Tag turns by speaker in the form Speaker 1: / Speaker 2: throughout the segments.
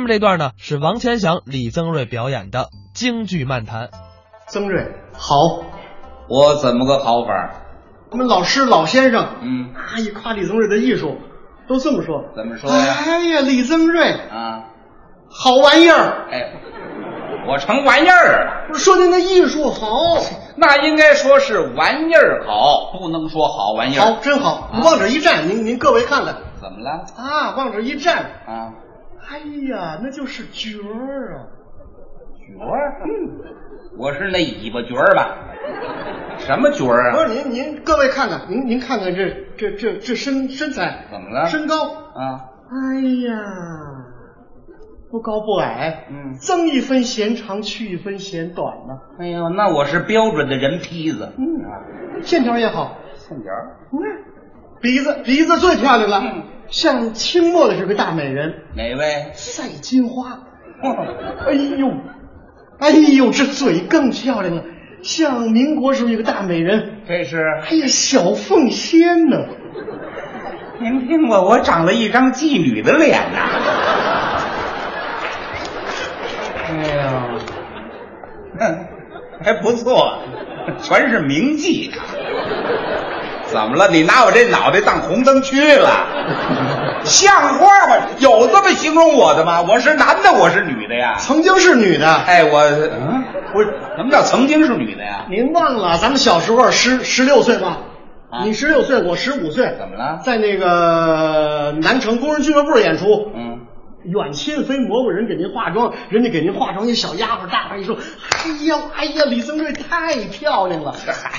Speaker 1: 下面这段呢是王千祥、李增瑞表演的京剧漫谈。
Speaker 2: 曾瑞，好，
Speaker 3: 我怎么个好法儿？
Speaker 2: 我们老师老先生，
Speaker 3: 嗯，
Speaker 2: 啊，一夸李增瑞的艺术，都这么说。
Speaker 3: 怎么说呀？
Speaker 2: 哎呀，李增瑞，
Speaker 3: 啊，
Speaker 2: 好玩意儿！
Speaker 3: 哎，我成玩意儿了。
Speaker 2: 说您的艺术好，
Speaker 3: 那应该说是玩意儿好，不能说好玩意儿。
Speaker 2: 好，真好。
Speaker 3: 啊
Speaker 2: 你往这一站，您您各位看看，
Speaker 3: 怎么了？
Speaker 2: 啊，往这一站，
Speaker 3: 啊，
Speaker 2: 哎呀，那就是角儿啊！
Speaker 3: 角儿，我是那尾巴角儿吧？什么角儿
Speaker 2: 不
Speaker 3: 啊？
Speaker 2: 是您您各位看看，您您看看这这这这身身材，
Speaker 3: 怎么了
Speaker 2: 身高，
Speaker 3: 啊，
Speaker 2: 哎呀，不高不矮，
Speaker 3: 嗯
Speaker 2: 增一分嫌长，去一分嫌短呢、
Speaker 3: 哎呦，那我是标准的人坯子，
Speaker 2: 嗯啊，线条也好，
Speaker 3: 线条儿
Speaker 2: 你看鼻子鼻子最漂亮了，
Speaker 3: 嗯
Speaker 2: 像清末的这个大美人
Speaker 3: 哪位？
Speaker 2: 赛金花，哎呦，哎呦，这嘴更漂亮了，像民国时候有个大美人，
Speaker 3: 这是
Speaker 2: 哎呀，小凤仙呢，
Speaker 3: 您听过我长了一张妓女的脸呐、哎呀，哼还不错，全是名妓。啊怎么了？你拿我这脑袋当红灯区了？像话吗？有这么形容我的吗？我是男的，我是女的呀？
Speaker 2: 曾经是女的。
Speaker 3: 哎，我嗯，不是，什么叫曾经是女的呀？
Speaker 2: 您忘了咱们小时候十十六岁吧？
Speaker 3: 啊
Speaker 2: 你十六岁，我十五岁，
Speaker 3: 怎么了
Speaker 2: 在那个南城工人俱乐部演出，
Speaker 3: 嗯，
Speaker 2: 远亲非蘑菇人给您化妆，人家给您化妆一小丫鬟，大伙儿一说，哎呀哎呀，李增瑞太漂亮了，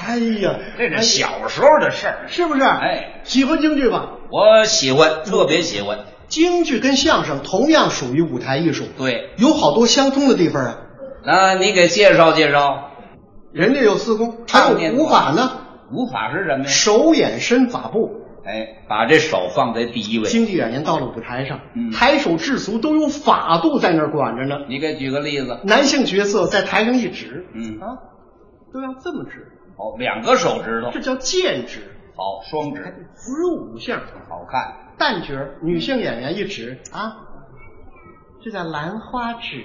Speaker 2: 哎呀，
Speaker 3: 这
Speaker 2: 哎
Speaker 3: 是小时候的事儿。
Speaker 2: 是不是？
Speaker 3: 哎，
Speaker 2: 喜欢京剧吧？
Speaker 3: 我喜欢，特别喜欢。
Speaker 2: 京剧跟相声同样属于舞台艺术，
Speaker 3: 对，
Speaker 2: 有好多相通的地方啊。
Speaker 3: 那你给介绍介绍，
Speaker 2: 人家有四功，还
Speaker 3: 唱念
Speaker 2: 有
Speaker 3: 做
Speaker 2: 舞法呢，
Speaker 3: 舞法是什么呀？
Speaker 2: 手眼身法步。
Speaker 3: 哎，把这手放在第一位。
Speaker 2: 京剧演员到了舞台上，
Speaker 3: 嗯
Speaker 2: 抬手制足都有法度在那儿管着呢。
Speaker 3: 你给举个例子。
Speaker 2: 男性角色在台上一指，
Speaker 3: 嗯
Speaker 2: 啊，都要这么指。
Speaker 3: 哦，两个手指头
Speaker 2: 这。叫剑指，
Speaker 3: 好，双指。
Speaker 2: 子午相。
Speaker 3: 好看。
Speaker 2: 旦角儿女性演员一指啊，这叫兰花指，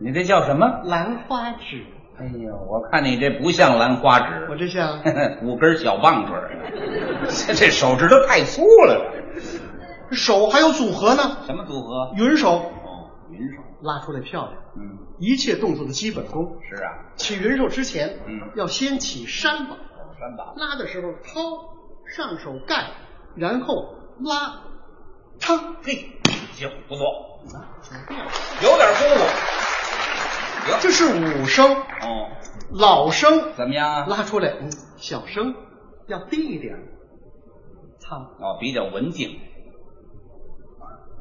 Speaker 3: 你这叫什么？
Speaker 2: 兰花指。
Speaker 3: 哎呦，我看你这不像兰花
Speaker 2: 我这
Speaker 3: 指，
Speaker 2: 像
Speaker 3: 五根小棒槌儿。 这这手指头太粗了。
Speaker 2: 手还有组合呢，
Speaker 3: 什么组合？
Speaker 2: 云手
Speaker 3: 哦，云手。
Speaker 2: 拉出来漂亮，
Speaker 3: 嗯，
Speaker 2: 一切动作的基本功。
Speaker 3: 是啊，
Speaker 2: 起云手之前，
Speaker 3: 嗯
Speaker 2: 要先起山膀，
Speaker 3: 三把。
Speaker 2: 拉的时候掏，上手盖，然后拉，趟，
Speaker 3: 嘿，行，不错，有点功夫。
Speaker 2: 这是武生，
Speaker 3: 哦，
Speaker 2: 老生
Speaker 3: 怎么样啊？
Speaker 2: 拉出来，嗯，小声，要低一点儿。操，
Speaker 3: 哦，比较文静。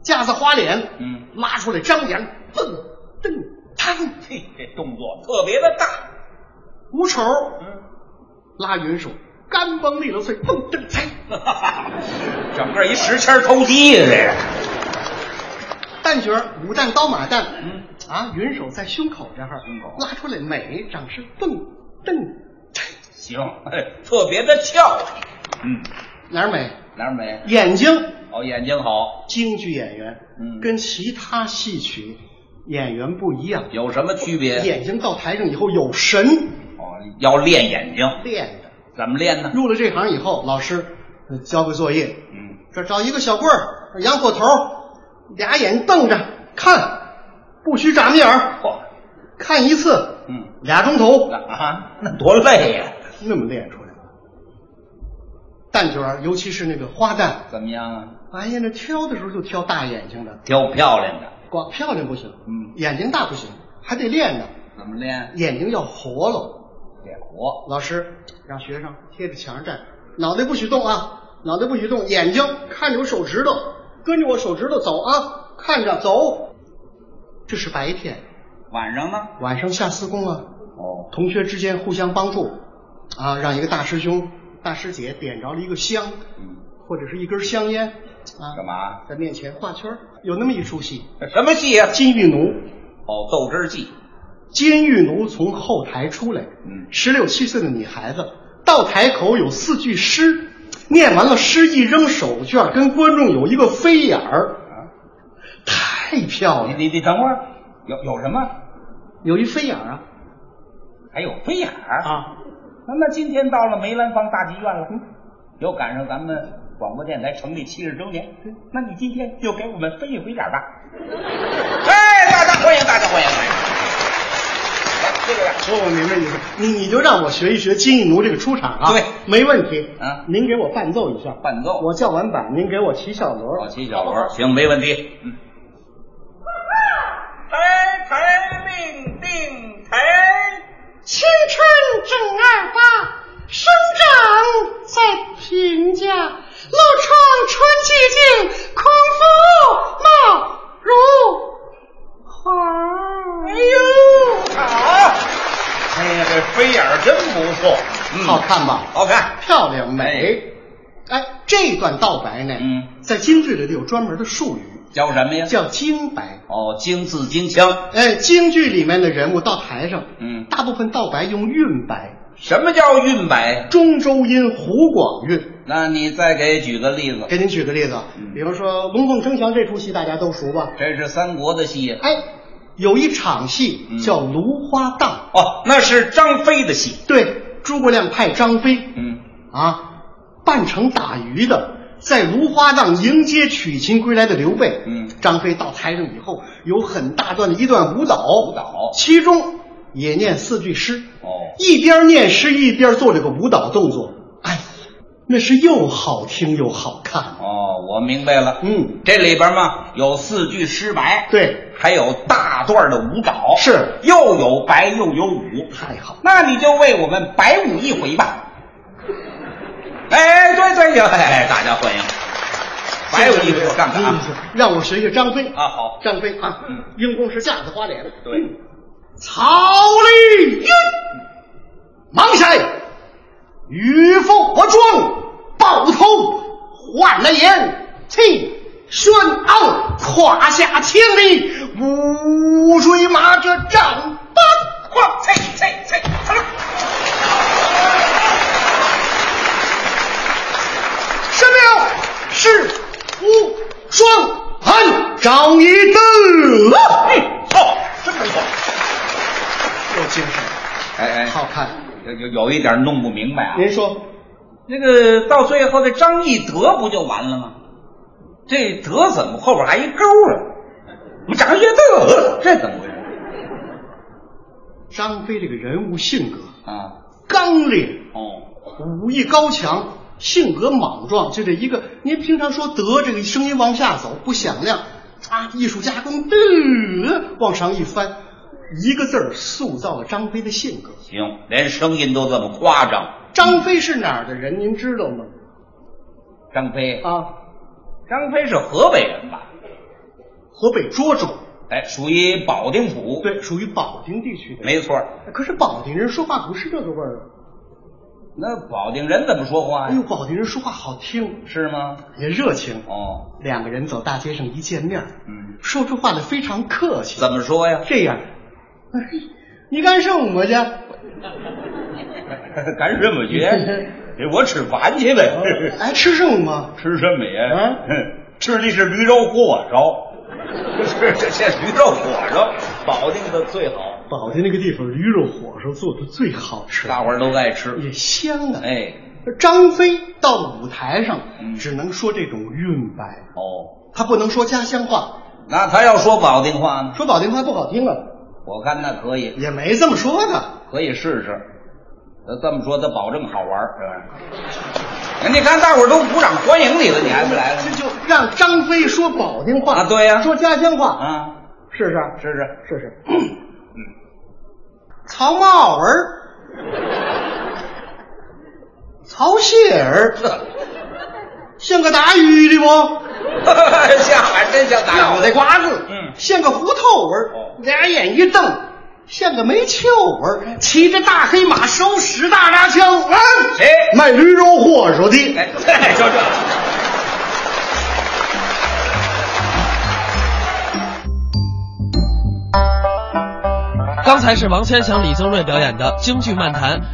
Speaker 2: 架子花脸，
Speaker 3: 嗯，
Speaker 2: 拉出来张脸，蹦蹬蹬，
Speaker 3: 嘿，这动作特别的大。
Speaker 2: 五丑
Speaker 3: 嗯。
Speaker 2: 拉云手，干崩利落脆，蹦蹬 踩。
Speaker 3: 整个一石签偷鸡呀，这
Speaker 2: 旦角儿五旦刀马旦，
Speaker 3: 嗯
Speaker 2: 啊，云手在胸口这儿，
Speaker 3: 胸口
Speaker 2: 拉出来美，掌声蹦蹬踩，
Speaker 3: 行，哎特别的俏。嗯，
Speaker 2: 哪儿美？
Speaker 3: 哪儿美？
Speaker 2: 眼睛，
Speaker 3: 哦，眼睛好，
Speaker 2: 京剧演员，
Speaker 3: 嗯
Speaker 2: 跟其他戏曲演员不一样，
Speaker 3: 有什么区别？
Speaker 2: 眼睛到台上以后有神
Speaker 3: 哦，要练眼睛，
Speaker 2: 练的。
Speaker 3: 怎么练呢？
Speaker 2: 入了这行以后，老师呃交个作业，
Speaker 3: 嗯，
Speaker 2: 这找一个小棍儿，洋火头，俩眼瞪着看，不许眨眼儿，
Speaker 3: 嚯，
Speaker 2: 看一次，
Speaker 3: 嗯，
Speaker 2: 俩钟头
Speaker 3: 那，啊，那多累呀！
Speaker 2: 那么练出来的。蛋卷儿，尤其是那个花旦，
Speaker 3: 怎么样啊？
Speaker 2: 哎呀，那挑的时候就挑大眼睛的，
Speaker 3: 挑漂亮的，
Speaker 2: 光漂亮不行，
Speaker 3: 嗯
Speaker 2: 眼睛大不行，还得练呢，
Speaker 3: 怎么练？
Speaker 2: 眼睛要活喽。
Speaker 3: 得活。
Speaker 2: 老师让学生贴着墙上站，脑袋不许动啊，脑袋不许动，眼睛看着我手指头，跟着我手指头走啊，看着走。这是白天，
Speaker 3: 晚上呢？
Speaker 2: 晚上下四功啊，
Speaker 3: 哦，
Speaker 2: 同学之间互相帮助，啊，让一个大师兄、大师姐点着了一个香，
Speaker 3: 嗯，
Speaker 2: 或者是一根香烟，啊，
Speaker 3: 干嘛？
Speaker 2: 在面前画圈儿，有那么一出戏，
Speaker 3: 什么戏呀？
Speaker 2: 金玉奴。
Speaker 3: 哦，斗智记。
Speaker 2: 金玉奴从后台出来，
Speaker 3: 嗯
Speaker 2: 十六七岁的女孩子到台口有四句诗，念完了诗一扔手绢，跟观众有一个飞眼儿，
Speaker 3: 啊，
Speaker 2: 太太漂
Speaker 3: 你
Speaker 2: 亮，
Speaker 3: 你你等会儿，有有什么？
Speaker 2: 有一飞眼儿啊
Speaker 3: 还有飞眼儿？
Speaker 2: 啊！
Speaker 3: 那那今天到了梅兰芳大剧院了，又赶上咱们广播电台成立七十周年，那你今天就给我们飞一回眼儿吧！哎，大家欢迎，大家欢迎！欢迎来，这个眼儿
Speaker 2: 说我明白你了，你你就让我学一学金一奴这个出场啊，
Speaker 3: 对
Speaker 2: 没问题
Speaker 3: 啊
Speaker 2: 您给我伴奏一下，
Speaker 3: 伴奏
Speaker 2: 我叫完板，您给我骑小轮
Speaker 3: 老
Speaker 2: 儿，
Speaker 3: 七小罗，行，没问题。嗯。
Speaker 4: 抬抬命定抬，
Speaker 5: 青春正二八，生长在平家，陆创春寂静，孔夫貌如花。哎呦！
Speaker 3: 好，哎呀，这飞眼儿真不错，嗯
Speaker 2: 好看吧？
Speaker 3: 好看。
Speaker 2: 漂亮美。哎，这段道白呢，
Speaker 3: 嗯
Speaker 2: 在京剧里头有专门的术语，
Speaker 3: 叫什么呀？
Speaker 2: 叫京白。
Speaker 3: 哦，京字京腔。
Speaker 2: 哎，京剧里面的人物到台上，
Speaker 3: 嗯
Speaker 2: 大部分道白用韵白，
Speaker 3: 什么叫韵白？
Speaker 2: 中州音、湖广韵。
Speaker 3: 那你再给举个例子。
Speaker 2: 给您举个例子，
Speaker 3: 嗯
Speaker 2: 比如说《龙凤呈祥》这出戏大家都熟吧？
Speaker 3: 这是三国的戏
Speaker 2: 哎，有一场戏
Speaker 3: 嗯
Speaker 2: 叫《芦花荡
Speaker 3: 哦，那是张飞的戏。》，
Speaker 2: 对，诸葛亮派张飞
Speaker 3: 嗯，
Speaker 2: 啊，扮成打鱼的，在芦花荡迎接娶亲归来的刘备。
Speaker 3: 嗯
Speaker 2: 张飞到台上以后，有很大段的一段舞蹈，舞
Speaker 3: 蹈
Speaker 2: 其中也念四句诗。
Speaker 3: 哦
Speaker 2: 一边念诗一边做这个舞蹈动作，哎呀，那是又好听又好看。啊
Speaker 3: 哦，我明白了。
Speaker 2: 嗯，
Speaker 3: 这里边嘛有四句诗白，，
Speaker 2: 对，
Speaker 3: 还有大段的舞蹈，
Speaker 2: 是
Speaker 3: 又有白又有舞。
Speaker 2: 太好了，
Speaker 3: 那你就为我们白舞一 回吧。哎，对对对，哎，大家欢迎，白舞一回，我看看
Speaker 2: 嗯
Speaker 3: 啊。
Speaker 2: 让我学学张飞
Speaker 3: 啊，好，
Speaker 2: 张飞啊
Speaker 3: 嗯，
Speaker 2: 英公是架子花脸，
Speaker 3: 对，
Speaker 2: 曹丽英，芒晒，与凤和妆，抱头，换了颜，气轩昂，胯下千里，乌骓马这丈八
Speaker 3: 嚯，这这这，
Speaker 2: 什么呀？是无双寒张一德，哎
Speaker 3: 好，真不哎错。
Speaker 2: 有精神，
Speaker 3: 哎哎，
Speaker 2: 好，看。
Speaker 3: 有有有一点弄不明白啊。
Speaker 2: 您说，
Speaker 3: 那个到最后这张翼德不就完了吗？这德怎么后边还一勾啊？我张翼德，这怎么回事
Speaker 2: 张飞这个人物性格
Speaker 3: 啊？
Speaker 2: 刚烈，
Speaker 3: 哦，
Speaker 2: 武艺高强，性格莽撞，就这一个。您平常说德这个声音往下走，不响亮，啊，艺术加工，嘚，往上一翻，一个字儿塑造了张飞的性格。
Speaker 3: 行，连声音都这么夸张。
Speaker 2: 张飞是哪儿的人？您知道吗？
Speaker 3: 张飞，
Speaker 2: 啊，
Speaker 3: 张飞是河北人吧？
Speaker 2: 河北涿州，
Speaker 3: 哎，属于保定府。，
Speaker 2: 对，属于保定地区的。
Speaker 3: 没错。
Speaker 2: 可是保定人说话不是这个味儿啊！
Speaker 3: 那保定人怎么说话
Speaker 2: 哎
Speaker 3: 呀
Speaker 2: 呦，？保定人说话好听，
Speaker 3: 是吗？
Speaker 2: 也热情。
Speaker 3: 哦，
Speaker 2: 两个人走大街上一见面，
Speaker 3: 嗯，
Speaker 2: 说出话来非常客气。
Speaker 3: 怎么说呀？
Speaker 2: 这样？哎你干什么去？
Speaker 3: 干什么去？我吃饭去呗。
Speaker 2: 哎，吃什么？
Speaker 3: 吃什么呀？
Speaker 2: 啊
Speaker 3: 嗯， 吃的是驴肉火烧， 这这这驴肉火烧，保定的最好，
Speaker 2: 保定那个地方驴肉火烧做的最好吃，
Speaker 3: 大伙儿都爱吃。
Speaker 2: 也香啊。
Speaker 3: 哎，
Speaker 2: 张飞到了舞台上，
Speaker 3: 嗯
Speaker 2: 只能说这种韵白，
Speaker 3: 哦，
Speaker 2: 他不能说家乡话，
Speaker 3: 那他要说保定话呢？
Speaker 2: 说保定话不好听啊，
Speaker 3: 我看那可以，
Speaker 2: 也没这么说的。
Speaker 3: 可以试试。那这么说，他保证好玩儿，是吧？哎你看，大伙儿都鼓掌欢迎你了，你还不来了
Speaker 2: 这就让张飞说保定话
Speaker 3: 啊对呀
Speaker 2: 说家乡话，
Speaker 3: 啊？
Speaker 2: 试试
Speaker 3: 试试，
Speaker 2: 试试。嗯，曹茂儿， 曹谢儿，像个打鱼的不？
Speaker 3: 像还真像打
Speaker 2: 脑袋 瓜子，
Speaker 3: 嗯
Speaker 2: 像个胡头儿，
Speaker 3: 哦哎
Speaker 2: 俩眼一瞪，像个煤球儿，骑着大黑马，手使大扎枪，啊，
Speaker 3: 谁
Speaker 2: 卖驴肉火烧的，
Speaker 3: 哎，对，就这。
Speaker 1: 刚才是王千祥、李增瑞表演的京剧漫谈。